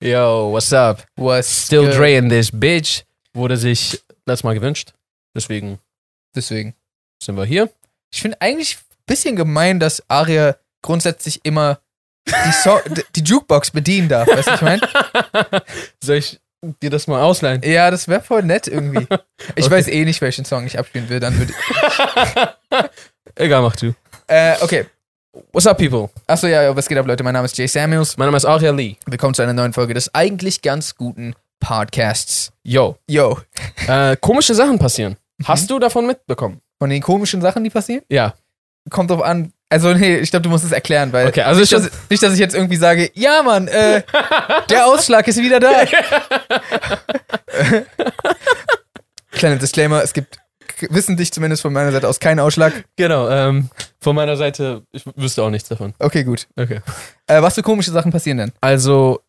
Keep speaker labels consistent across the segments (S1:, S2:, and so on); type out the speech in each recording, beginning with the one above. S1: Yo, what's up?
S2: Was
S1: Still
S2: good?
S1: Dre in this bitch. Wurde sich letztes Mal gewünscht. Deswegen
S2: Deswegen.
S1: sind wir hier.
S2: Ich finde eigentlich ein bisschen gemein, dass Aria grundsätzlich immer die, so d- die Jukebox bedienen darf. Weißt du, was ich meine?
S1: Soll ich dir das mal ausleihen?
S2: Ja, das wäre voll nett irgendwie. Ich
S1: Okay.
S2: weiß eh nicht, welchen Song ich abspielen will. Dann würde ich.
S1: Egal, mach du.
S2: Äh, okay.
S1: What's up, people?
S2: Achso, ja, ja, was geht ab, Leute? Mein Name ist Jay Samuels.
S1: Mein Name ist Aria Lee.
S2: Willkommen zu einer neuen Folge des eigentlich ganz guten Podcasts.
S1: Yo.
S2: Yo.
S1: Äh, komische Sachen passieren. Hast du davon mitbekommen?
S2: Von den komischen Sachen, die passieren?
S1: Mhm. Ja.
S2: kommt drauf an. Also, nee, ich glaube, du musst es erklären, weil.
S1: Okay, also
S2: nicht,
S1: ich-
S2: dass, nicht, dass ich jetzt irgendwie sage, ja, Mann, äh, der Ausschlag ist wieder da. Kleiner Disclaimer: Es gibt k- wissentlich zumindest von meiner Seite aus keinen Ausschlag.
S1: Genau. Ähm, von meiner Seite, ich wüsste auch nichts davon.
S2: Okay, gut.
S1: Okay.
S2: Äh, was für komische Sachen passieren denn?
S1: Also,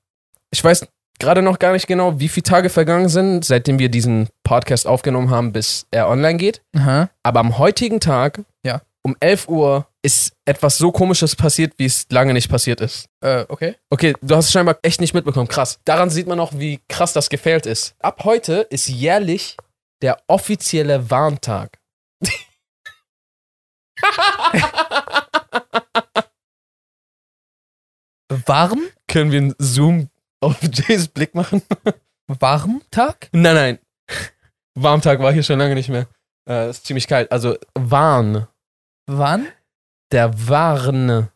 S1: ich weiß gerade noch gar nicht genau, wie viele Tage vergangen sind, seitdem wir diesen Podcast aufgenommen haben, bis er online geht.
S2: Aha.
S1: Aber am heutigen Tag,
S2: Ja.
S1: um 11 Uhr, ist etwas so Komisches passiert, wie es lange nicht passiert ist.
S2: Äh, okay.
S1: Okay, du hast es scheinbar echt nicht mitbekommen. Krass. Daran sieht man auch, wie krass das gefällt ist. Ab heute ist jährlich der offizielle Warntag.
S2: Warm?
S1: Können wir einen Zoom auf Jays Blick machen?
S2: Warmtag?
S1: Nein, nein. Warmtag war hier schon lange nicht mehr. Äh, ist ziemlich kalt. Also Warn.
S2: Wann?
S1: Der Warn.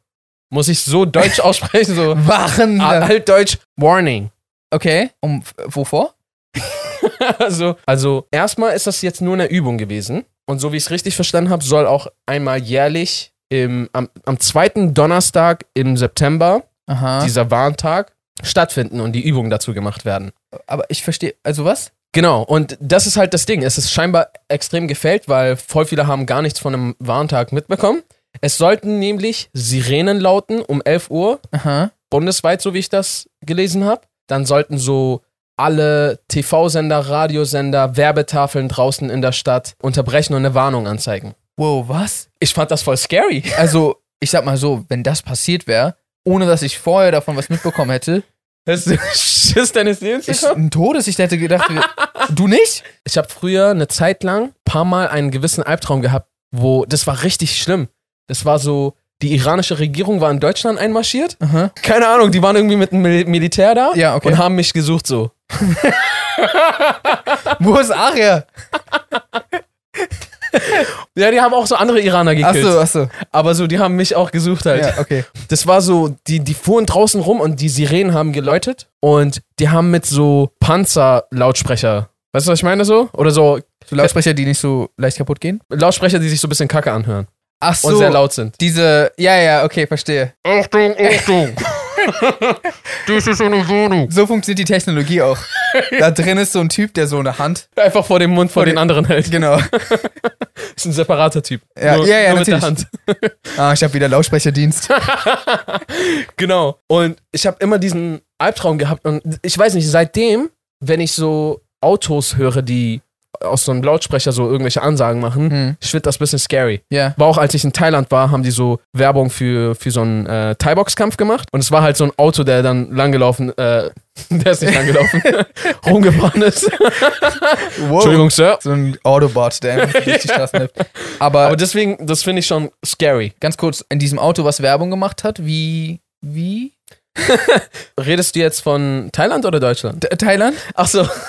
S1: Muss ich so deutsch aussprechen? So
S2: Waren.
S1: a- altdeutsch. Warning.
S2: Okay. Um f- wovor?
S1: Also, also erstmal ist das jetzt nur eine Übung gewesen. Und so wie ich es richtig verstanden habe, soll auch einmal jährlich im, am, am zweiten Donnerstag im September
S2: Aha.
S1: dieser Warntag stattfinden und die Übungen dazu gemacht werden.
S2: Aber ich verstehe. Also was?
S1: Genau, und das ist halt das Ding. Es ist scheinbar extrem gefällt, weil voll viele haben gar nichts von einem Warntag mitbekommen. Es sollten nämlich Sirenen lauten um 11 Uhr,
S2: Aha.
S1: bundesweit, so wie ich das gelesen habe. Dann sollten so alle TV-Sender, Radiosender, Werbetafeln draußen in der Stadt unterbrechen und eine Warnung anzeigen.
S2: Wow, was?
S1: Ich fand das voll scary.
S2: Also, ich sag mal so, wenn das passiert wäre, ohne dass ich vorher davon was mitbekommen hätte,
S1: Hast du Schiss deines Lebens
S2: ist
S1: bekommen?
S2: ein Todes. Ich hätte gedacht, wir- du nicht?
S1: Ich habe früher eine Zeit lang ein paar Mal einen gewissen Albtraum gehabt, wo das war richtig schlimm. Das war so, die iranische Regierung war in Deutschland einmarschiert.
S2: Aha.
S1: Keine Ahnung, die waren irgendwie mit dem Mil Militär da
S2: Ja, okay.
S1: und haben mich gesucht so.
S2: Wo ist Aria?
S1: Ja, die haben auch so andere Iraner gekillt.
S2: Achso, achso.
S1: Aber so, die haben mich auch gesucht halt.
S2: Ja, okay.
S1: Das war so, die, die fuhren draußen rum und die Sirenen haben geläutet und die haben mit so Panzerlautsprecher. Weißt du, was ich meine so? Oder so
S2: So Lautsprecher, die nicht so leicht kaputt gehen?
S1: Lautsprecher, die sich so ein bisschen kacke anhören
S2: Achso.
S1: und sehr laut sind.
S2: Diese, ja, ja, okay, verstehe.
S3: Achtung, Achtung! Dies ist eine
S1: Oh.
S3: Warnung.
S2: So funktioniert die Technologie auch. Da drin ist so ein Typ, der so eine Hand.
S1: Einfach vor dem Mund vor den anderen halt. hält.
S2: Genau.
S1: Ist ein separater Typ.
S2: Ja,
S1: nur,
S2: ja, ja,
S1: nur mit der
S2: natürlich.
S1: Hand.
S2: Ah, ich habe wieder Lautsprecherdienst.
S1: Genau. Und ich habe immer diesen Albtraum gehabt und ich weiß nicht, seitdem, wenn ich so Autos höre, die aus so einem Lautsprecher so irgendwelche Ansagen machen,
S2: Hm.
S1: ich find das ein bisschen scary.
S2: Ja.
S1: War auch, als ich in Thailand war, haben die so Werbung für, für so einen äh, Thai-Box-Kampf gemacht. Und es war halt so ein Auto, der dann langgelaufen, äh, der ist nicht langgelaufen, rumgefahren ist.
S2: Oh. Wow.
S1: Entschuldigung, Sir.
S2: So ein Autobot, der einfach durch die Straßen hilft.
S1: Aber deswegen, das finde ich schon scary.
S2: ganz kurz, in diesem Auto, was Werbung gemacht hat, wie, wie?
S1: Redest du jetzt von Thailand oder Deutschland?
S2: Th- Thailand?
S1: Ach so.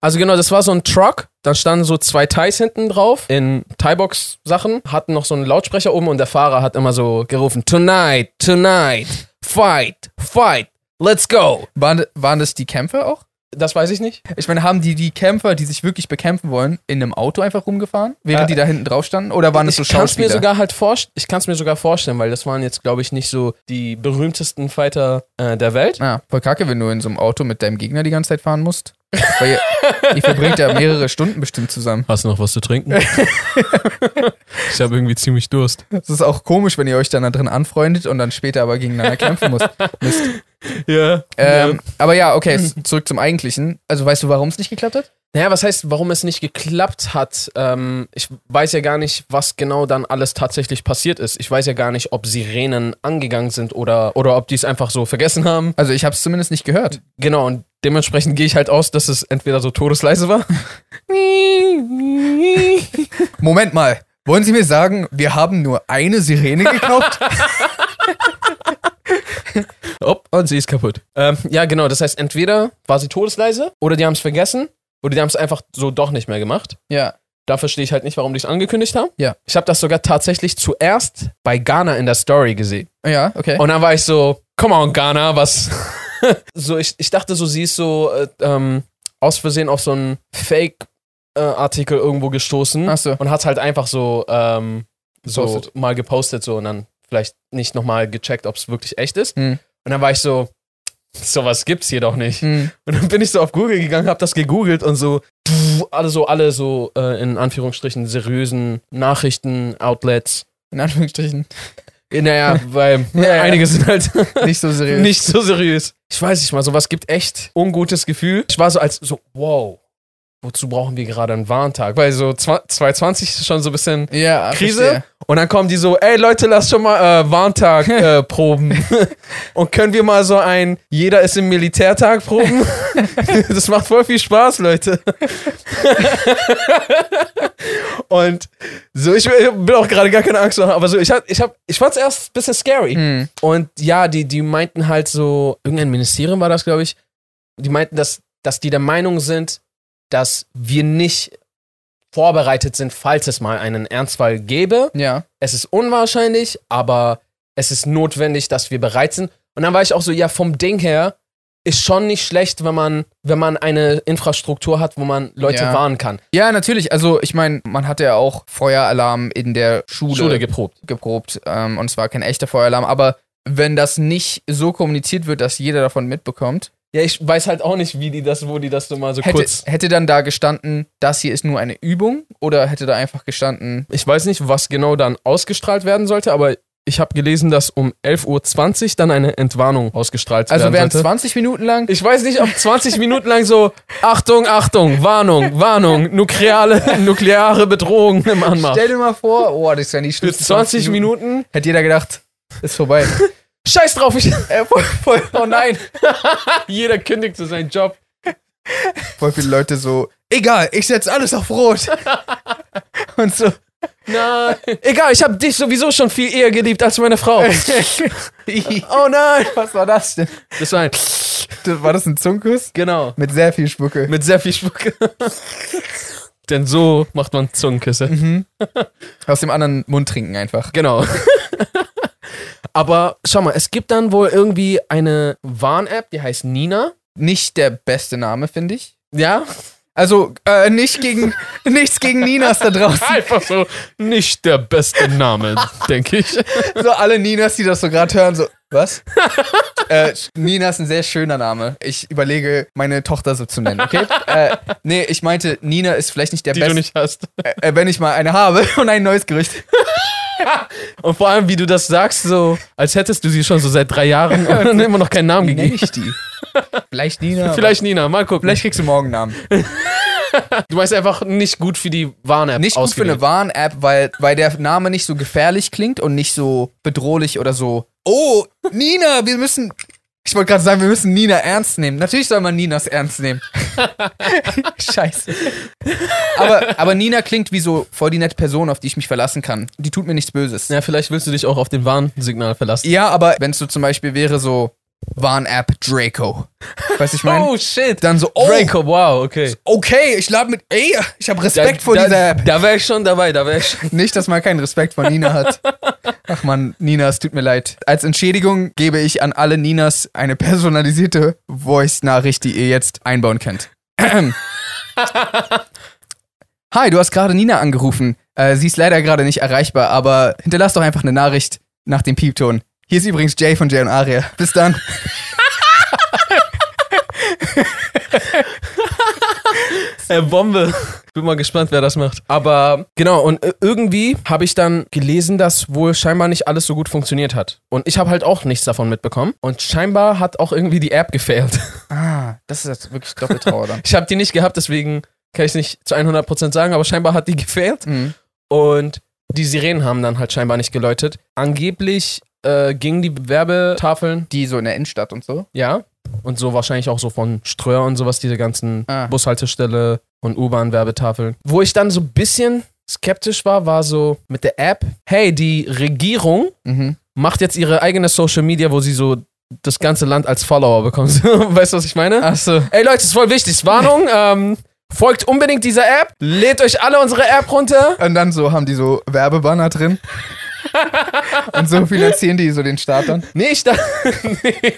S1: Also genau, das war so ein Truck. Da standen so zwei Thais hinten drauf in Thai-Box-Sachen, hatten noch so einen Lautsprecher oben und der Fahrer hat immer so gerufen, Tonight, tonight, fight, fight, let's go.
S2: Waren, waren das die Kämpfer auch?
S1: Das weiß ich nicht.
S2: Ich meine, haben die die Kämpfer, die sich wirklich bekämpfen wollen, in einem Auto einfach rumgefahren, während
S1: Äh,
S2: die da hinten drauf standen? Oder waren das so
S1: ich kann's
S2: Schauspieler?
S1: mir sogar halt vorstellen, ich kann es mir sogar vorstellen, weil das waren jetzt, glaube ich, nicht so die berühmtesten Fighter äh, der Welt.
S2: ah, voll kacke, wenn du in so einem Auto mit deinem Gegner die ganze Zeit fahren musst. Weil ihr, ihr verbringt ja mehrere Stunden bestimmt zusammen.
S1: Hast du noch was zu trinken? ich habe irgendwie ziemlich Durst.
S2: Das ist auch komisch, wenn ihr euch dann da drin anfreundet und dann später aber gegeneinander kämpfen müsst. Mist.
S1: Ja.
S2: Ähm, Aber ja, okay, s- zurück zum Eigentlichen. Also weißt du, warum es nicht geklappt hat?
S1: Naja, was heißt, warum es nicht geklappt hat? Ähm, ich weiß ja gar nicht, was genau dann alles tatsächlich passiert ist. Ich weiß ja gar nicht, ob Sirenen angegangen sind oder, oder ob die es einfach so vergessen haben.
S2: Also ich habe es zumindest nicht gehört.
S1: Genau, und dementsprechend gehe ich halt aus, dass es entweder so todesleise war.
S2: Moment mal, wollen Sie mir sagen, wir haben nur eine Sirene gekauft?
S1: Op, und sie ist kaputt. Ähm, ja, genau, das heißt, entweder war sie todesleise oder die haben es vergessen oder die haben es einfach so doch nicht mehr gemacht.
S2: ja.
S1: Da verstehe ich halt nicht, warum die es angekündigt haben.
S2: Ja.
S1: Ich habe das sogar tatsächlich zuerst bei Ghana in der Story gesehen.
S2: Ja, okay.
S1: Und dann war ich so, come on, Ghana, was? so, ich, ich dachte so, sie ist so äh, ähm, aus Versehen auf so einen Fake-Artikel irgendwo gestoßen
S2: Ach so.
S1: und hat halt einfach so, ähm, so
S2: Gepostet.
S1: mal gepostet so und dann vielleicht nicht nochmal gecheckt, ob es wirklich echt ist.
S2: Hm.
S1: Und dann war ich so, sowas gibt's hier doch nicht.
S2: Hm.
S1: Und dann bin ich so auf Google gegangen, hab das gegoogelt und so, pff, alle so, alle so äh, in Anführungsstrichen seriösen Nachrichten, Outlets.
S2: In Anführungsstrichen.
S1: Äh, Naja, weil
S2: Ja, ja.
S1: einige sind halt
S2: Nicht so seriös.
S1: nicht so seriös. Ich weiß nicht mal, sowas gibt echt ungutes Gefühl. Ich war so als so, wow, wozu brauchen wir gerade einen Warntag? Weil so zwa- 2020 ist schon so ein bisschen
S2: Ja,
S1: Krise.
S2: verstehe.
S1: Und dann kommen die so, ey Leute, lasst schon mal äh, Warntag äh, proben. Und können wir mal so ein Jeder ist im Militärtag proben? das macht voll viel Spaß, Leute. Und so, ich will auch gerade gar keine Angst machen, aber so, ich, hab, ich, hab, ich fand's erst ein bisschen scary.
S2: Hm.
S1: Und ja, die, die meinten halt so, irgendein Ministerium war das, glaube ich. Die meinten, dass, dass die der Meinung sind, dass wir nicht vorbereitet sind, falls es mal einen Ernstfall gäbe.
S2: Ja.
S1: Es ist unwahrscheinlich, aber es ist notwendig, dass wir bereit sind. Und dann war ich auch so, ja, vom Ding her ist schon nicht schlecht, wenn man, wenn man eine Infrastruktur hat, wo man Leute
S2: Ja.
S1: warnen kann.
S2: Ja, natürlich. Also ich meine, man hat ja auch Feueralarm in der Schule,
S1: Schule geprobt.
S2: geprobt. Ähm, und zwar kein echter Feueralarm. Aber wenn das nicht so kommuniziert wird, dass jeder davon mitbekommt,
S1: Ja, ich weiß halt auch nicht, wie die das, wo die das so mal so
S2: hätte,
S1: kurz.
S2: hätte dann da gestanden, das hier ist nur eine Übung oder hätte da einfach gestanden,
S1: Ich weiß nicht, was genau dann ausgestrahlt werden sollte, aber ich habe gelesen, dass um 11.20 Uhr dann eine Entwarnung ausgestrahlt
S2: also
S1: werden
S2: wären
S1: sollte.
S2: 20 Minuten lang
S1: Ich weiß nicht, ob 20 Minuten lang so Achtung, Achtung, Warnung, Warnung, nukleare, nukleare Bedrohung im Anmarsch.
S2: Stell dir mal vor, oh, das wären die
S1: Für
S2: schlimmsten
S1: 20 Minuten.
S2: Hätte jeder gedacht, ist vorbei.
S1: Scheiß drauf, ich,
S2: äh, voll, voll, oh nein.
S1: jeder kündigt so seinen Job.
S2: Voll viele Leute so, egal, ich setze alles auf Rot. Und so,
S1: Nein. Egal, ich habe dich sowieso schon viel eher geliebt als meine Frau.
S2: oh nein. Was war das denn?
S1: Das war ein
S2: Das- War das ein Zungenkuss?
S1: genau.
S2: Mit sehr viel Spucke.
S1: Mit sehr viel Spucke. Denn so macht man Zungenküsse.
S2: Aus dem anderen Mund trinken einfach.
S1: Genau. Aber schau mal, es gibt dann wohl irgendwie eine Warn-App, die heißt Nina.
S2: Nicht der beste Name, finde ich.
S1: Ja?
S2: Also, äh, nicht gegen, nichts gegen Ninas da draußen.
S1: Einfach so nicht der beste Name, denke ich.
S2: So alle Ninas, die das so gerade hören, so, was? äh, Nina ist ein sehr schöner Name. Ich überlege, meine Tochter so zu nennen, okay? äh, nee, ich meinte, Nina ist vielleicht nicht der
S1: Die du
S2: beste,
S1: nicht hast.
S2: äh, wenn ich mal eine habe und ein neues Gerücht.
S1: Und vor allem, wie du das sagst, so, als hättest du sie schon so seit drei Jahren und immer noch keinen Namen
S2: Wie nenne
S1: gegeben.
S2: ich die? Vielleicht Nina. aber-
S1: Vielleicht Nina, mal gucken.
S2: vielleicht kriegst du morgen einen Namen.
S1: Du weißt einfach nicht gut für die Warn-App.
S2: Nicht gut für eine Warn-App, weil, weil der Name nicht so gefährlich klingt und nicht so bedrohlich oder so. Oh, Nina, wir müssen. Ich wollte gerade sagen, wir müssen Nina ernst nehmen. Natürlich soll man Ninas ernst nehmen. Scheiße. Aber, aber Nina klingt wie so voll die nette Person, auf die ich mich verlassen kann. Die tut mir nichts Böses.
S1: Ja, vielleicht willst du dich auch auf den Warnsignal verlassen.
S2: Ja, aber wenn es so zum Beispiel wäre, so Warn-App Draco. Weißt du, ich meine?
S1: shit.
S2: Dann so, oh,
S1: Oh. Draco, wow, okay.
S2: okay, ich lade mit. Ey, ich habe Respekt vor
S1: da,
S2: dieser App.
S1: Da wäre ich schon dabei, da wäre ich schon.
S2: Nicht, dass man keinen Respekt vor Nina hat. Ach man, Nina, es tut mir leid. Als Entschädigung gebe ich an alle Ninas eine personalisierte Voice-Nachricht, die ihr jetzt einbauen könnt. Hi, du hast gerade Nina angerufen. Äh, sie ist leider gerade nicht erreichbar, aber hinterlass doch einfach eine Nachricht nach dem Piepton. Hier ist übrigens Jay von Jay und Aria. Bis dann.
S1: Äh, Bombe. Bin mal gespannt, wer das macht. Aber genau, und äh, irgendwie habe ich dann gelesen, dass wohl scheinbar nicht alles so gut funktioniert hat. Und ich habe halt auch nichts davon mitbekommen. Und scheinbar hat auch irgendwie die App gefailt.
S2: Ah, das ist jetzt wirklich Doppeltrauer dann.
S1: Ich habe die nicht gehabt, deswegen kann ich nicht zu 100% sagen, aber scheinbar hat die gefailt.
S2: Mhm.
S1: Und die Sirenen haben dann halt scheinbar nicht geläutet. Angeblich äh, gingen die Werbetafeln,
S2: Die so in der Innenstadt und so.
S1: ja, und so wahrscheinlich auch so von Ströer und sowas, diese ganzen
S2: Ah.
S1: Bushaltestelle und U-Bahn-Werbetafeln. Wo ich dann so ein bisschen skeptisch war, war so mit der App, hey, die Regierung
S2: Mhm.
S1: macht jetzt ihre eigene Social Media, wo sie so das ganze Land als Follower bekommt. weißt du, was ich meine?
S2: Achso.
S1: Ey Leute, ist voll wichtig. Warnung, ähm, folgt unbedingt dieser App. Lädt euch alle unsere App runter.
S2: Und dann so haben die so Werbebanner drin. und so finanzieren die so den Staat dann.
S1: Nee, ich dachte, nee.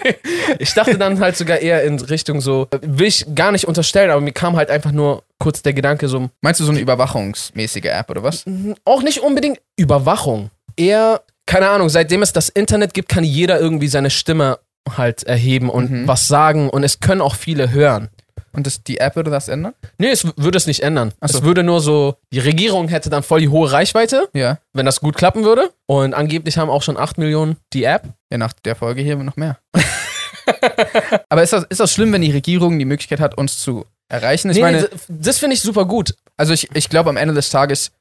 S1: ich dachte dann halt sogar eher in Richtung so, äh, will ich gar nicht unterstellen, aber mir kam halt einfach nur kurz der Gedanke so,
S2: Meinst du so eine überwachungsmäßige App oder was?
S1: auch nicht unbedingt Überwachung. Eher, keine Ahnung, seitdem es das Internet gibt, kann jeder irgendwie seine Stimme halt erheben und
S2: Mhm.
S1: was sagen und es können auch viele hören.
S2: Und das, die App würde das ändern?
S1: Nee, es w- würde es nicht ändern.
S2: Ach so.
S1: Es würde nur so, die Regierung hätte dann voll die hohe Reichweite
S2: Ja.
S1: wenn das gut klappen würde. Und angeblich haben auch schon 8 Millionen die App.
S2: Ja, nach der Folge hier noch mehr. Aber ist das, ist das schlimm, wenn die Regierung die Möglichkeit hat, uns zu erreichen? Ich
S1: nee,
S2: meine,
S1: nee, d- das finde ich super gut.
S2: also ich, ich glaube am Ende des Tages,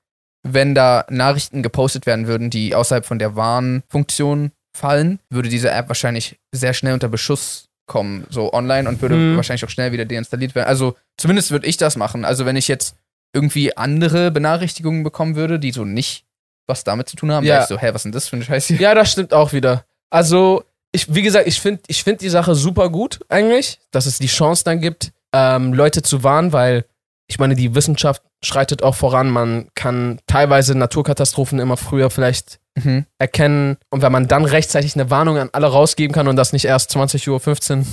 S2: wenn da Nachrichten gepostet werden würden, die außerhalb von der Warnfunktion fallen, würde diese App wahrscheinlich sehr schnell unter Beschuss kommen, so online und würde
S1: Mhm.
S2: wahrscheinlich auch schnell wieder deinstalliert werden. Also zumindest würde ich das machen. Also wenn ich jetzt irgendwie andere Benachrichtigungen bekommen würde, die so nicht was damit zu tun haben,
S1: Ja.
S2: wäre ich so, hä, was ist denn das für eine Scheiße? hier?
S1: Ja, das stimmt auch wieder. Also, ich, wie gesagt, ich finde ich find die Sache super gut eigentlich, dass es die Chance dann gibt, ähm, Leute zu warnen, weil ich meine, die Wissenschaft schreitet auch voran. Man kann teilweise Naturkatastrophen immer früher vielleicht
S2: Mhm.
S1: erkennen. Und wenn man dann rechtzeitig eine Warnung an alle rausgeben kann und das nicht erst 20.15 Uhr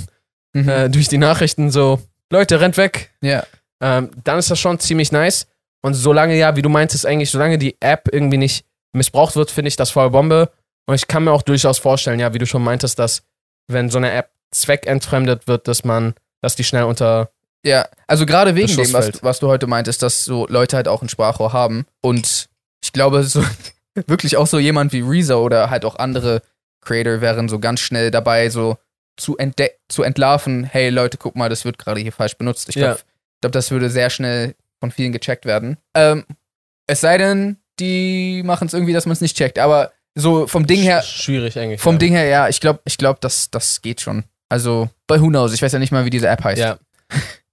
S2: Mhm.
S1: äh, durch die Nachrichten so, Leute, rennt weg,
S2: ja.
S1: ähm, dann ist das schon ziemlich nice. Und solange ja, wie du meintest, eigentlich, solange die App irgendwie nicht missbraucht wird, finde ich das voll Bombe. Und ich kann mir auch durchaus vorstellen, ja, wie du schon meintest, dass wenn so eine App zweckentfremdet wird, dass man, dass die schnell unter.
S2: Ja, also gerade wegen dem, was,
S1: Beschussfeld.
S2: was du heute meintest, dass so Leute halt auch ein Sprachrohr haben. Und ich glaube, so wirklich auch so jemand wie Reza oder halt auch andere Creator wären so ganz schnell dabei, so zu, entde zu entlarven, hey Leute, guck mal, das wird gerade hier falsch benutzt. Ich glaube,
S1: Ja.
S2: glaub, das würde sehr schnell von vielen gecheckt werden. Ähm, es sei denn, die machen es irgendwie, dass man es nicht checkt. Aber so vom Ding her,
S1: Sch- Schwierig eigentlich.
S2: vom
S1: ja.
S2: Ding her, ja, ich glaube, ich glaub, das, das geht schon. Also bei Who Knows, ich weiß ja nicht mal, wie diese App heißt.
S1: Ja.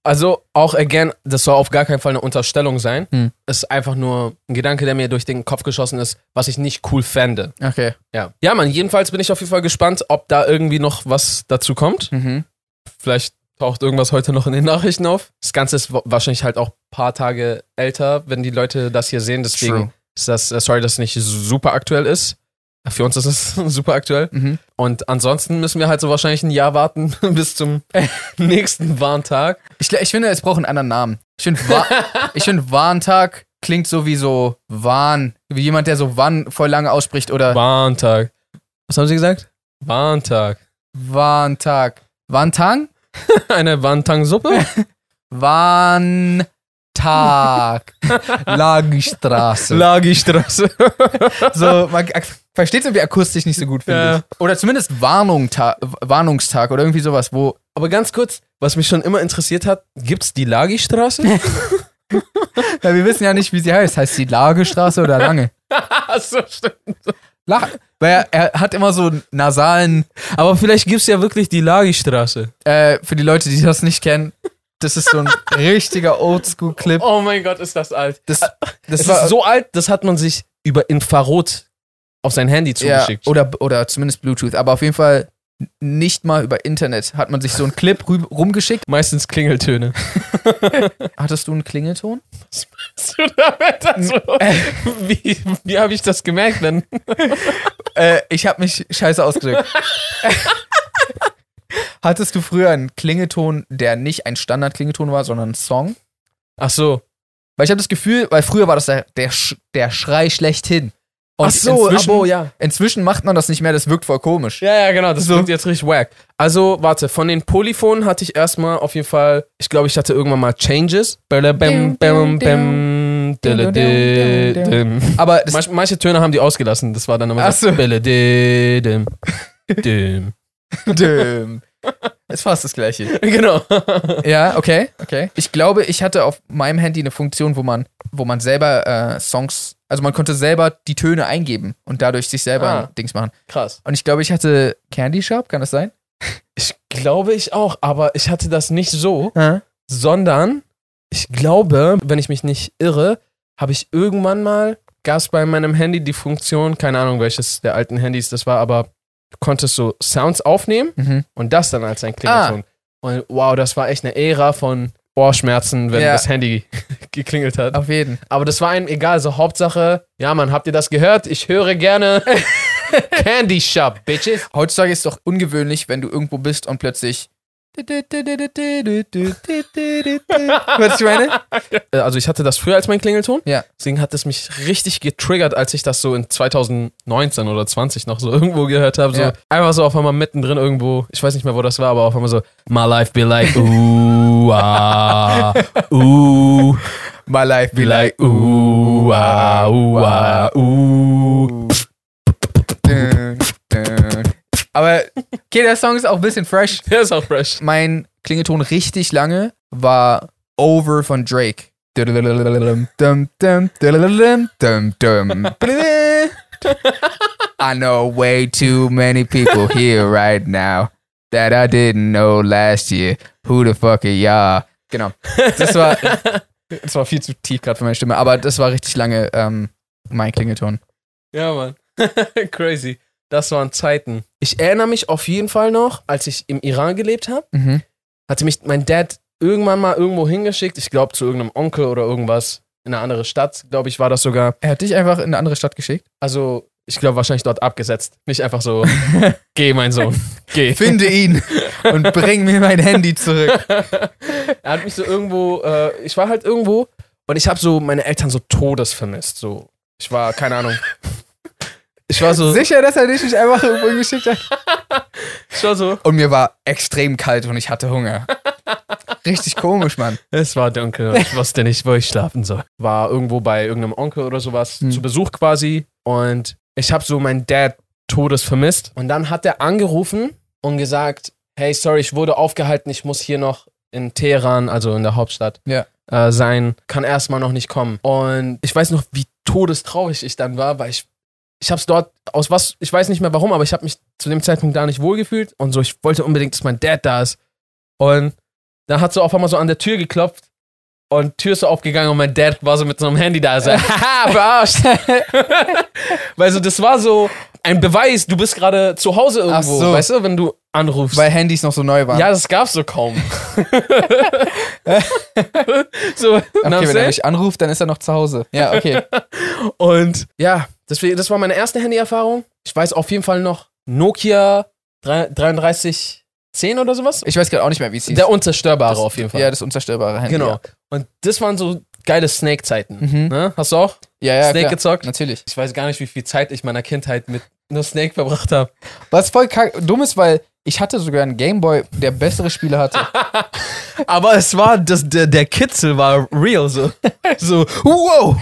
S1: Also auch again, das soll auf gar keinen Fall eine Unterstellung sein.
S2: Hm.
S1: Es ist einfach nur ein Gedanke, der mir durch den Kopf geschossen ist, was ich nicht cool fände.
S2: Okay.
S1: Ja. Ja, man, jedenfalls bin ich auf jeden Fall gespannt, ob da irgendwie noch was dazu kommt.
S2: Mhm.
S1: Vielleicht taucht irgendwas heute noch in den Nachrichten auf. Das Ganze ist wa- wahrscheinlich halt auch ein paar Tage älter, wenn die Leute das hier sehen. Deswegen
S2: True.
S1: ist das, äh, sorry, dass es nicht super aktuell ist. Für uns ist es super aktuell.
S2: Mhm.
S1: Und ansonsten müssen wir halt so wahrscheinlich ein Jahr warten bis zum nächsten Warntag.
S2: Ich, gl- ich finde, es braucht einen anderen Namen. Ich finde, Wa ich finde Warntag klingt so wie so Wahn. Wie jemand, der so Wann voll lange ausspricht oder
S1: Warntag. Was haben Sie gesagt? Warntag.
S2: Warntag. Warntang?
S1: Eine Warntangsuppe?
S2: Warntag. Lagenstraße.
S1: Lagistraße.
S2: so, man ak- versteht es irgendwie akustisch nicht so gut, finde
S1: Ja.
S2: ich. Oder zumindest Warnung Ta- Warnungstag oder irgendwie sowas, wo.
S1: Aber ganz kurz, was mich schon immer interessiert hat, gibt's die Lagistraße?
S2: Ja, wir wissen ja nicht, wie sie heißt. Heißt sie Lagestraße oder Lange?
S1: Achso, stimmt.
S2: Lach. Weil er, er hat immer so einen nasalen
S1: Aber vielleicht gibt's ja wirklich die Lagistraße.
S2: äh, für die Leute, die das nicht kennen, das ist so ein richtiger Oldschool-Clip.
S1: Oh mein Gott, ist das alt.
S2: Das,
S1: Das
S2: das
S1: ist so alt, das hat man sich über Infrarot auf sein Handy
S2: ja,
S1: zugeschickt.
S2: oder, oder zumindest Bluetooth, aber auf jeden Fall n- nicht mal über Internet hat man sich so einen Clip rü- rumgeschickt.
S1: Meistens Klingeltöne.
S2: Hattest du einen Klingelton?
S1: So damit, also, wie wie habe ich das gemerkt denn?
S2: Äh, ich habe mich scheiße ausgedrückt. Hattest du früher einen Klingelton, der nicht ein Standard-Klingelton war, sondern ein Song?
S1: Ach so.
S2: Weil ich habe das Gefühl, weil früher war das der, der, Sch der Schrei schlechthin.
S1: Und inzwischen-
S2: abo,
S1: ja.
S2: Inzwischen macht man das nicht mehr, das wirkt voll komisch.
S1: Ja, ja, genau, das wirkt jetzt richtig wack. Also, warte, von den Polyphonen hatte ich erstmal auf jeden Fall, ich glaube, ich hatte irgendwann mal Changes. Bam, bam, bam, bam, dille, dille, dim.
S2: Aber das,
S1: Manch, manche Töne haben die ausgelassen, das war dann immer
S2: Ach so.
S1: Bille, dille, dim, dim.
S2: Dim. ist fast das gleiche.
S1: Genau.
S2: Ja, okay, okay. Ich glaube, ich hatte auf meinem Handy eine Funktion, wo man, wo man selber äh, Songs, also man konnte selber die Töne eingeben und dadurch sich selber
S1: Ah.
S2: Dings machen.
S1: Krass.
S2: Und ich glaube, ich hatte Candy Shop, kann das sein?
S1: Ich glaube ich auch, aber ich hatte das nicht so, sondern ich glaube, wenn ich mich nicht irre, habe ich irgendwann mal, gab es bei meinem Handy die Funktion, keine Ahnung welches der alten Handys das war, aber du konntest so Sounds aufnehmen
S2: Mhm.
S1: und das dann als ein Klingelton. Und wow, das war echt eine Ära von Ohrschmerzen, wenn
S2: Ja.
S1: das Handy geklingelt hat.
S2: Auf jeden.
S1: Aber das war einem egal, so Hauptsache, ja man, habt ihr das gehört? Ich höre gerne Candy Shop, Bitches.
S2: Heutzutage ist es doch ungewöhnlich, wenn du irgendwo bist und plötzlich. Weißt du, meine?
S1: Äh, Also ich hatte das früher als mein Klingelton.
S2: Ja.
S1: Deswegen hat es mich richtig getriggert, als ich das so in 2019 oder 20 noch so irgendwo gehört habe. So
S2: Ja.
S1: Einfach so auf einmal mittendrin irgendwo, ich weiß nicht mehr, wo das war, aber auf einmal so, my life be like, ooh, ah, ooh,
S2: My life
S1: be like, ooh, ah, ooh, ah, ooh.
S2: Aber okay, der Song ist auch ein bisschen fresh.
S1: Der ist auch fresh.
S2: Mein Klingelton richtig lange war Over von Drake. I know way too many people here right now that I didn't know last year. Who the fuck are y'all? Genau. Das war, das war viel zu tief gerade für meine Stimme, aber das war richtig lange ähm, mein Klingelton.
S1: Ja, Mann. Crazy. Das waren Zeiten. Ich erinnere mich auf jeden Fall noch, als ich im Iran gelebt habe,
S2: Mhm.
S1: hatte mich mein Dad irgendwann mal irgendwo hingeschickt. Ich glaube, zu irgendeinem Onkel oder irgendwas in eine andere Stadt. Glaube ich, war das sogar.
S2: Er hat dich einfach in eine andere Stadt geschickt?
S1: Also, ich glaube, wahrscheinlich dort abgesetzt. Nicht einfach so, geh, mein Sohn, geh.
S2: Finde ihn und bring mir mein Handy zurück.
S1: Er hat mich so irgendwo, äh, ich war halt irgendwo und ich habe so meine Eltern so todes vermisst. So, ich war, keine Ahnung. Ich war so,
S2: Sicher, dass er dich nicht einfach irgendwo geschickt hat?
S1: ich war so.
S2: Und mir war extrem kalt und ich hatte Hunger. Richtig komisch, Mann.
S1: Es war dunkel und ich wusste nicht, wo ich schlafen soll. War irgendwo bei irgendeinem Onkel oder sowas
S2: Hm.
S1: zu Besuch quasi und ich habe so meinen Dad todes vermisst und dann hat er angerufen und gesagt, hey, sorry, ich wurde aufgehalten, ich muss hier noch in Teheran, also in der Hauptstadt,
S2: Ja.
S1: äh, sein, kann erstmal noch nicht kommen. Und ich weiß noch, wie todestraurig ich dann war, weil ich ich habe es dort aus was, ich weiß nicht mehr warum, aber ich habe mich zu dem Zeitpunkt da nicht wohlgefühlt und so, ich wollte unbedingt, dass mein Dad da ist. Und dann hat so auf einmal so an der Tür geklopft und Tür ist so aufgegangen und mein Dad war so mit so einem Handy da. Also, So, haha, verarscht. Weil so, das war so ein Beweis, du bist gerade zu Hause
S2: Ach
S1: irgendwo,
S2: so.
S1: weißt du, wenn du anrufst.
S2: Weil Handys noch so neu waren.
S1: ja, das gab's so kaum. so, na,
S2: okay, wenn er
S1: selbst-
S2: mich anruft, dann ist er noch zu Hause. Ja, okay.
S1: und ja, deswegen, das war meine erste Handy-Erfahrung. Ich weiß auf jeden Fall noch Nokia 3- 3310 oder sowas.
S2: Ich weiß gerade auch nicht mehr, wie es hieß.
S1: Der unzerstörbare
S2: Das-
S1: auf jeden Fall.
S2: Ja, das unzerstörbare Handy.
S1: genau. Und das waren so geile Snake-Zeiten.
S2: Mhm.
S1: Ne? Hast du auch
S2: Ja, ja, ja
S1: Snake
S2: klar.
S1: gezockt?
S2: Natürlich.
S1: Ich weiß gar nicht, wie viel Zeit ich meiner Kindheit mit nur Snake verbracht habe.
S2: Was voll kack dumm ist, weil ich hatte sogar einen Gameboy, der bessere Spiele hatte.
S1: Aber es war, das, der, der Kitzel war real, so. so, wow!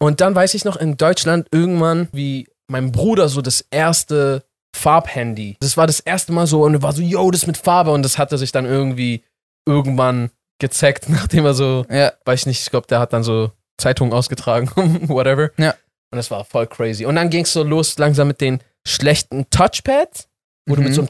S1: Und dann weiß ich noch in Deutschland irgendwann, wie mein Bruder so das erste Farbhandy. Das war das erste Mal so und er war so, yo, das mit Farbe. Und das hatte sich dann irgendwie irgendwann gezackt, nachdem er so,
S2: ja.
S1: weiß ich nicht, ich glaube, der hat dann so Zeitungen ausgetragen, whatever.
S2: Ja.
S1: Und das war voll crazy. Und dann ging es so los langsam mit den schlechten Touchpads, wo du
S2: Mhm.
S1: mit so, einem,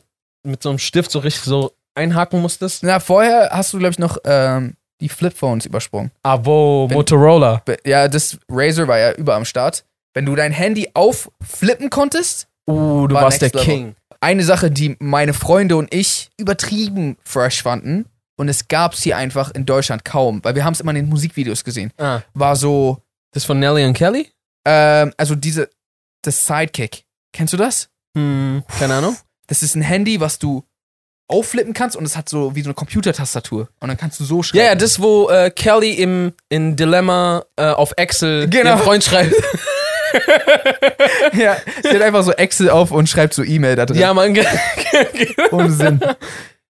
S1: mit so einem Stift so richtig so einhaken musstest.
S2: Na, vorher hast du, glaube ich, noch ähm, die Flipphones übersprungen.
S1: Abo,
S2: Wenn-
S1: Motorola.
S2: Be- Ja, das Razer war ja über am Start. Wenn du dein Handy aufflippen konntest,
S1: Uh, du
S2: War
S1: warst der
S2: next level.
S1: King.
S2: eine Sache, die meine Freunde und ich übertrieben fresh fanden, und es gab sie einfach in Deutschland kaum, weil wir haben es immer in den Musikvideos gesehen,
S1: Ah,
S2: war so,
S1: das von Nelly und Kelly?
S2: ähm, also diese, das Sidekick. Kennst du das?
S1: Hm, keine Ahnung.
S2: Das ist ein Handy, was du aufflippen kannst und es hat so wie so eine Computertastatur. Und dann kannst du so
S1: Ja,
S2: schreiben.
S1: ja, das, wo äh, Kelly im in Dilemma äh, auf Excel
S2: Genau.
S1: ihren Freund schreibt.
S2: ja, sie hat einfach so Excel auf und schreibt so E-Mail da drin.
S1: Ja, Mann, ge-
S2: Ohne Sinn.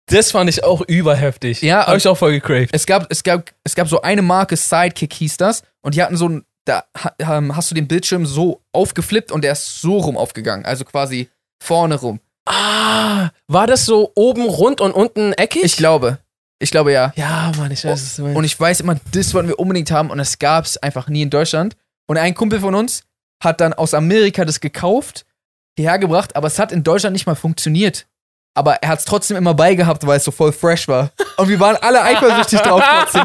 S1: das fand ich auch überheftig.
S2: Ja,
S1: Hab ich auch voll gecraved.
S2: Es gab, es gab, es gab so eine Marke, Sidekick hieß das, und die hatten so ein, da ha- ähm, hast du den Bildschirm so aufgeflippt und der ist so rum aufgegangen, also quasi vorne rum.
S1: Ah, war das so oben rund und unten eckig?
S2: Ich glaube, ich glaube ja.
S1: Ja, Mann, ich weiß es.
S2: Und ich weiß immer, das wollten wir unbedingt haben und das gab es einfach nie in Deutschland. Und ein Kumpel von uns hat dann aus Amerika das gekauft, hierher gebracht, aber es hat in Deutschland nicht mal funktioniert. Aber er hat es trotzdem immer beigehabt, weil es so voll fresh war. Und wir waren alle eifersüchtig drauf trotzdem.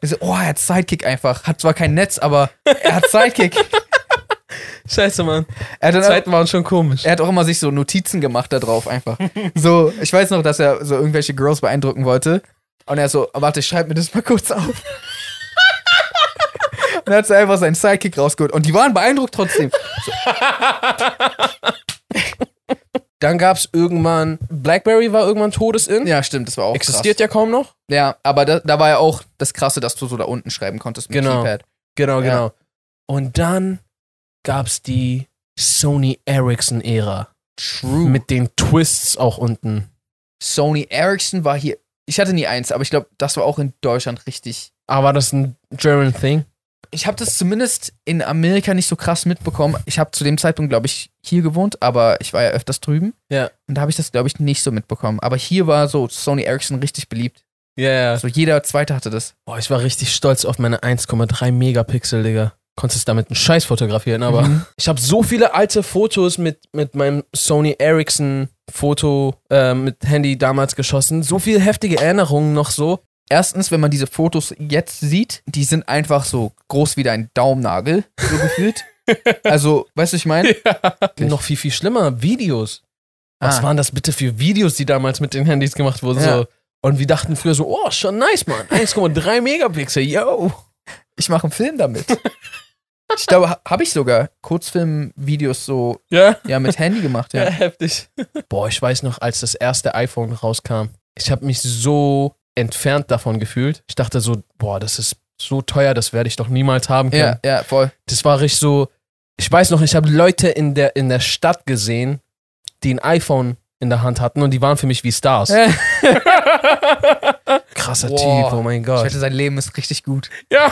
S2: Wir so, oh, er hat Sidekick einfach. Hat zwar kein Netz, aber er hat Sidekick.
S1: Scheiße, Mann.
S2: Er hat,
S1: Die
S2: dann,
S1: Zeiten waren schon komisch.
S2: er hat auch immer sich so Notizen gemacht da drauf einfach. So, ich weiß noch, dass er so irgendwelche Girls beeindrucken wollte. Und er so, warte, ich schreib mir das mal kurz auf. Und dann hat er einfach seinen Sidekick rausgeholt. Und die waren beeindruckt trotzdem.
S1: Dann gab's irgendwann, Blackberry war irgendwann todesin.
S2: Ja, stimmt, das war auch
S1: Existiert ja kaum noch.
S2: krass. Ja, aber da, da war ja auch das Krasse, dass du so da unten schreiben konntest mit
S1: Genau.
S2: Keypad.
S1: Genau,
S2: Ja.
S1: genau. Und dann gab's die Sony Ericsson-Ära.
S2: True. Mit
S1: Mit den Twists auch unten.
S2: Sony Ericsson war hier, ich hatte nie eins, aber ich glaube, das war auch in Deutschland richtig
S1: Aber Ah, war das ein German Thing?
S2: ich habe das zumindest in Amerika nicht so krass mitbekommen. Ich habe zu dem Zeitpunkt, glaube ich, hier gewohnt, aber ich war ja öfters drüben.
S1: Ja.
S2: Und da habe ich das, glaube ich, nicht so mitbekommen. Aber hier war so Sony Ericsson richtig beliebt.
S1: Ja, ja.
S2: So jeder Zweite hatte das.
S1: Boah, ich war richtig stolz auf meine 1,3 Megapixel, Digga. Konntest damit einen Scheiß fotografieren, aber
S2: Mhm.
S1: ich habe so viele alte Fotos mit, mit meinem Sony Ericsson Foto äh, mit Handy damals geschossen. So viele heftige Erinnerungen noch so.
S2: Erstens, wenn man diese Fotos jetzt sieht, die sind einfach so groß wie dein Daumennagel, so gefühlt. also, weißt du, ich meine? Wirklich?
S1: Noch viel, viel schlimmer, Videos. Was
S2: Ah.
S1: waren das bitte für Videos, die damals mit den Handys gemacht wurden?
S2: Ja.
S1: So. Und wir dachten früher so, oh, schon nice, Mann. 1,3 Megapixel, yo.
S2: Ich mache einen Film damit. ich glaube, habe ich sogar Kurzfilm-Videos so
S1: Ja?
S2: ja, mit Handy gemacht.
S1: Ja,
S2: Ja.
S1: heftig. Boah, ich weiß noch, als das erste iPhone rauskam, ich habe mich so entfernt davon gefühlt. Ich dachte so, boah, das ist so teuer, das werde ich doch niemals haben können.
S2: ja, ja, voll.
S1: Das war richtig so, ich weiß noch, ich habe Leute in der, in der Stadt gesehen, die ein iPhone in der Hand hatten und die waren für mich wie Stars. Krasser
S2: Boah.
S1: Typ, oh mein
S2: Ich
S1: Gott.
S2: hätte sein Leben ist richtig gut.
S1: Ja.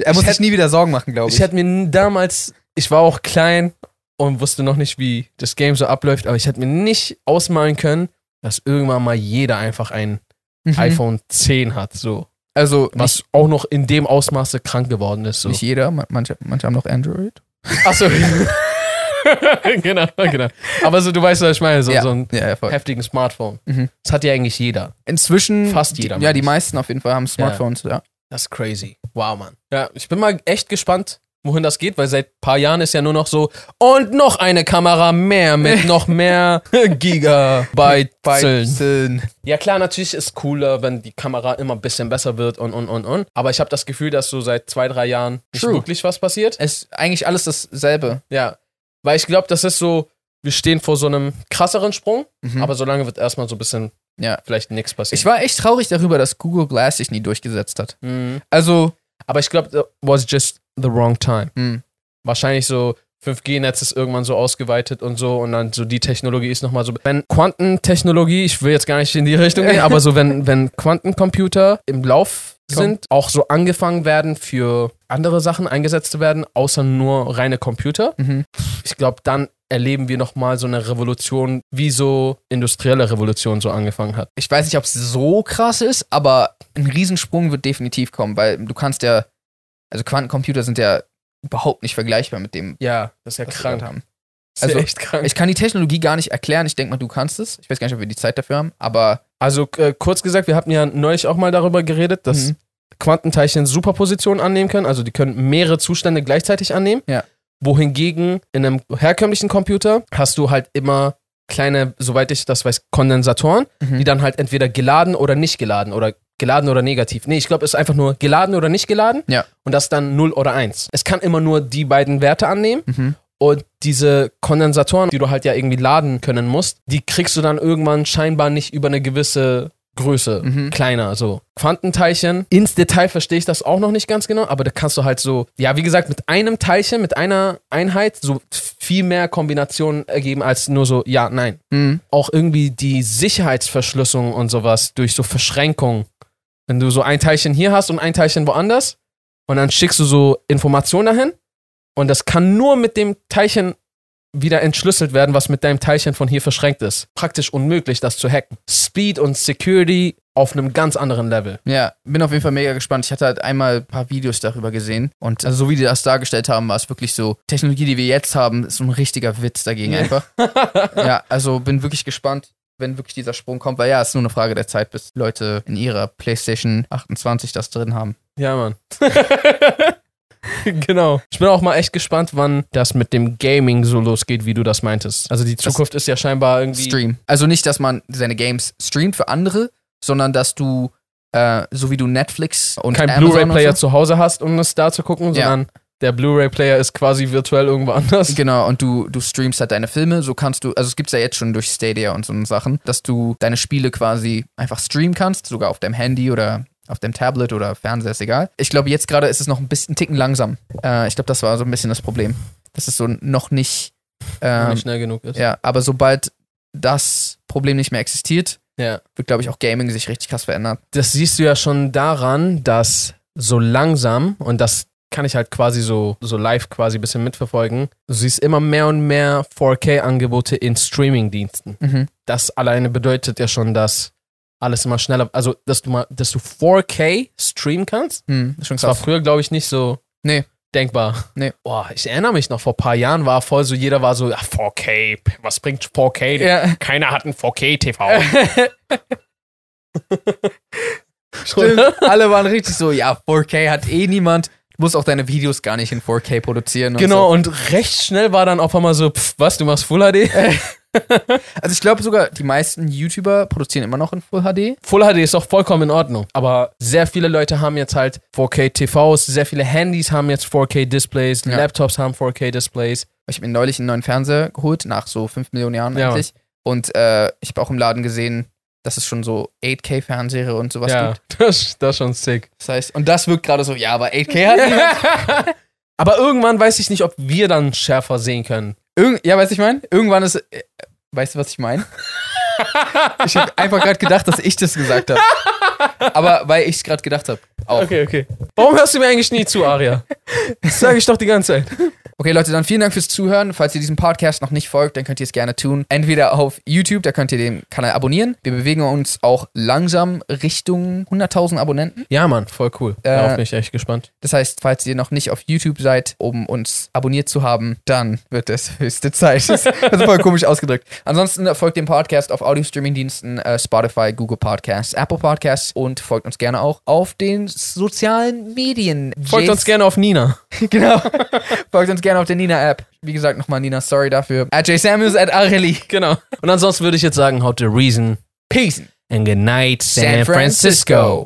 S2: Er muss
S1: Ich
S2: sich nie wieder Sorgen machen, glaube ich.
S1: Ich hätte mir n- damals, ich war auch klein und wusste noch nicht, wie das Game so abläuft, aber ich hätte mir nicht ausmalen können, dass irgendwann mal jeder einfach ein
S2: Mhm.
S1: iPhone 10 hat, so.
S2: Also
S1: Was auch noch in dem Ausmaße krank geworden ist,
S2: nicht,
S1: so.
S2: nicht jeder, man- manche, manche haben noch Android.
S1: Achso. genau, genau. Aber so, du weißt, was ich meine, so,
S2: ja.
S1: so Also ein
S2: ja, ja, voll.
S1: heftigen Smartphone.
S2: Mhm.
S1: Das hat ja eigentlich jeder.
S2: Inzwischen
S1: Fast jeder,
S2: Die, ja, die
S1: meinst du?
S2: meisten auf jeden Fall haben Smartphones. Ja.
S1: Das ist crazy. Wow, Mann. Ja, ich bin mal echt gespannt, wohin das geht, weil seit ein paar Jahren ist ja nur noch so und noch eine Kamera mehr mit noch mehr Gigabyte.
S2: Zehn.
S1: Ja klar, natürlich ist cooler, wenn die Kamera immer ein bisschen besser wird und und und und. Aber ich habe das Gefühl, dass so seit zwei, drei Jahren nicht
S2: True.
S1: wirklich was passiert.
S2: Es ist eigentlich alles dasselbe.
S1: Ja. Weil ich glaube, das ist so, wir stehen vor so einem krasseren Sprung,
S2: Mhm.
S1: aber solange wird erstmal so ein bisschen
S2: Ja.
S1: vielleicht nichts passieren.
S2: ich war echt traurig darüber, dass Google Glass sich nie durchgesetzt hat.
S1: Mhm.
S2: Also,
S1: Aber ich glaube, that was just the wrong time.
S2: hm,
S1: Wahrscheinlich so 5G-Netz ist irgendwann so ausgeweitet und so und dann so die Technologie ist nochmal so. Wenn Quantentechnologie, ich will jetzt gar nicht in die Richtung gehen, aber so wenn, wenn Quantencomputer im Lauf
S2: Komm.
S1: sind, auch so angefangen werden für andere Sachen eingesetzt zu werden, außer nur reine Computer.
S2: mhm.
S1: Ich glaube, dann erleben wir nochmal so eine Revolution, wie so industrielle Revolution so angefangen hat.
S2: ich weiß nicht, ob es so krass ist, aber ein Riesensprung wird definitiv kommen, weil du kannst ja, also Quantencomputer sind ja überhaupt nicht vergleichbar mit dem,
S1: Ja, das ist ja
S2: was wir
S1: krank.
S2: gerade haben.
S1: Das ist
S2: Also,
S1: ja echt krank.
S2: Ich kann die Technologie gar nicht erklären. Ich denke mal, du kannst es. Ich weiß gar nicht, ob wir die Zeit dafür haben, aber
S1: Also äh, kurz gesagt, wir hatten ja neulich auch mal darüber geredet, dass
S2: Mhm.
S1: Quantenteilchen Superpositionen annehmen können. Also die können mehrere Zustände gleichzeitig annehmen.
S2: Ja.
S1: Wohingegen in einem herkömmlichen Computer hast du halt immer kleine, soweit ich das weiß, Kondensatoren,
S2: Mhm.
S1: die dann halt entweder geladen oder nicht geladen oder geladen oder negativ. Nee, ich glaube, es ist einfach nur geladen oder nicht geladen.
S2: Ja.
S1: Und das dann 0 oder 1. Es kann immer nur die beiden Werte annehmen.
S2: Mhm.
S1: Und diese Kondensatoren, die du halt ja irgendwie laden können musst, die kriegst du dann irgendwann scheinbar nicht über eine gewisse Größe,
S2: Mhm.
S1: kleiner, so. Quantenteilchen. Ins Detail verstehe ich das auch noch nicht ganz genau, aber da kannst du halt so, ja, wie gesagt, mit einem Teilchen, mit einer Einheit so viel mehr Kombinationen ergeben als nur so, ja, nein. Auch irgendwie die Sicherheitsverschlüsselung und sowas durch so Verschränkung. Wenn du so ein Teilchen hier hast und ein Teilchen woanders und dann schickst du so Informationen dahin und das kann nur mit dem Teilchen wieder entschlüsselt werden, was mit deinem Teilchen von hier verschränkt ist. Praktisch unmöglich, das zu hacken. Speed und Security auf einem ganz anderen Level.
S2: Ja, bin auf jeden Fall mega gespannt. Ich hatte halt einmal ein paar Videos darüber gesehen und also so wie die das dargestellt haben, war es wirklich so, Technologie, die wir jetzt haben, ist so ein richtiger Witz dagegen einfach. ja, also bin wirklich gespannt, wenn wirklich dieser Sprung kommt, weil ja, es ist nur eine Frage der Zeit, bis Leute in ihrer PlayStation 28 das drin haben.
S1: Ja, Mann. genau. Ich bin auch mal echt gespannt, wann das mit dem Gaming so losgeht, wie du das meintest. Also die Zukunft ist ja scheinbar irgendwie.
S2: Stream. Also nicht, dass man seine Games streamt für andere, sondern dass du, äh, so wie du Netflix und
S1: kein
S2: Amazon
S1: Blu-ray-Player
S2: und so,
S1: zu Hause hast, um es da zu gucken,
S2: Ja.
S1: sondern der Blu-ray-Player ist quasi virtuell irgendwo anders.
S2: Genau, und du, du streamst halt deine Filme, so kannst du, also es gibt's ja jetzt schon durch Stadia und so Sachen, dass du deine Spiele quasi einfach streamen kannst, sogar auf deinem Handy oder auf dem Tablet oder Fernseher, ist egal. Ich glaube, jetzt gerade ist es noch ein bisschen einen Ticken langsam. Äh, ich glaube, das war so ein bisschen das Problem. Das ist so noch nicht,
S1: Wenn
S2: ähm,
S1: nicht schnell genug ist.
S2: ja, aber sobald das Problem nicht mehr existiert,
S1: ja.
S2: wird, glaube ich, auch Gaming sich richtig krass verändern.
S1: das siehst du ja schon daran, dass so langsam, und das kann ich halt quasi so, so live quasi ein bisschen mitverfolgen, du siehst immer mehr und mehr 4K-Angebote in Streaming-Diensten.
S2: Mhm.
S1: Das alleine bedeutet ja schon, dass alles immer schneller, also dass du mal, dass du 4K streamen kannst.
S2: Hm, ist schon
S1: Das war
S2: krass.
S1: früher, glaube ich, nicht so
S2: Nee.
S1: denkbar.
S2: Nee.
S1: Boah, ich erinnere mich noch, vor ein paar Jahren war voll so, jeder war so, ja, 4K, was bringt 4K?
S2: Ja.
S1: Keiner hat ein 4K-TV.
S2: Stimmt. Alle waren richtig so, ja, 4K hat eh niemand. Du musst auch deine Videos gar nicht in 4K produzieren. Und
S1: Genau, und recht schnell war dann auf einmal so, pff, was, du machst Full HD?
S2: So. Also ich glaube sogar, die meisten YouTuber produzieren immer noch in Full HD.
S1: Full HD ist auch vollkommen in Ordnung. Aber sehr viele Leute haben jetzt halt 4K-TVs, sehr viele Handys haben jetzt 4K-Displays,
S2: Ja.
S1: Laptops haben 4K-Displays.
S2: Ich habe mir neulich einen neuen Fernseher geholt, nach so 5 Millionen Jahren
S1: Ja,
S2: eigentlich. Und äh, ich habe auch im Laden gesehen, dass es schon so 8K-Fernseher und sowas
S1: Ja,
S2: gibt.
S1: das, das ist schon sick.
S2: Das heißt, und das wirkt gerade so, ja, aber 8K hat niemand.
S1: Aber irgendwann weiß ich nicht, ob wir dann schärfer sehen können.
S2: Irgend, ja, weißt du, ich meine? Irgendwann ist. Äh, weißt du, was ich meine? ich habe einfach gerade gedacht, dass ich das gesagt habe. Aber weil ich es gerade gedacht habe. Auch.
S1: Okay, okay. Warum hörst du mir eigentlich nie zu, Aria? Das sage ich doch die ganze Zeit.
S2: Okay, Leute, dann vielen Dank fürs Zuhören. Falls ihr diesem Podcast noch nicht folgt, dann könnt ihr es gerne tun. Entweder auf YouTube, da könnt ihr den Kanal abonnieren. Wir bewegen uns auch langsam Richtung 100.000 Abonnenten.
S1: Ja, Mann, voll cool.
S2: Äh,
S1: Darauf bin ich echt gespannt.
S2: Das heißt, falls ihr noch nicht auf YouTube seid, um uns abonniert zu haben, dann wird es höchste Zeit. Das ist voll komisch ausgedrückt. Ansonsten äh, folgt dem Podcast auf Audio-Streaming-Diensten, äh, Spotify, Google Podcasts, Apple Podcasts und folgt uns gerne auch auf den sozialen Medien.
S1: Folgt
S2: Jason-
S1: uns gerne auf Nina.
S2: genau. Folgt uns gerne auf der Nina-App. Wie gesagt, nochmal Nina, sorry dafür. At J. Samuels, at Areli.
S1: Genau. Und ansonsten würde ich jetzt sagen, how the reason
S2: Peace.
S1: and good night, San,
S2: San
S1: Francisco.
S2: Francisco.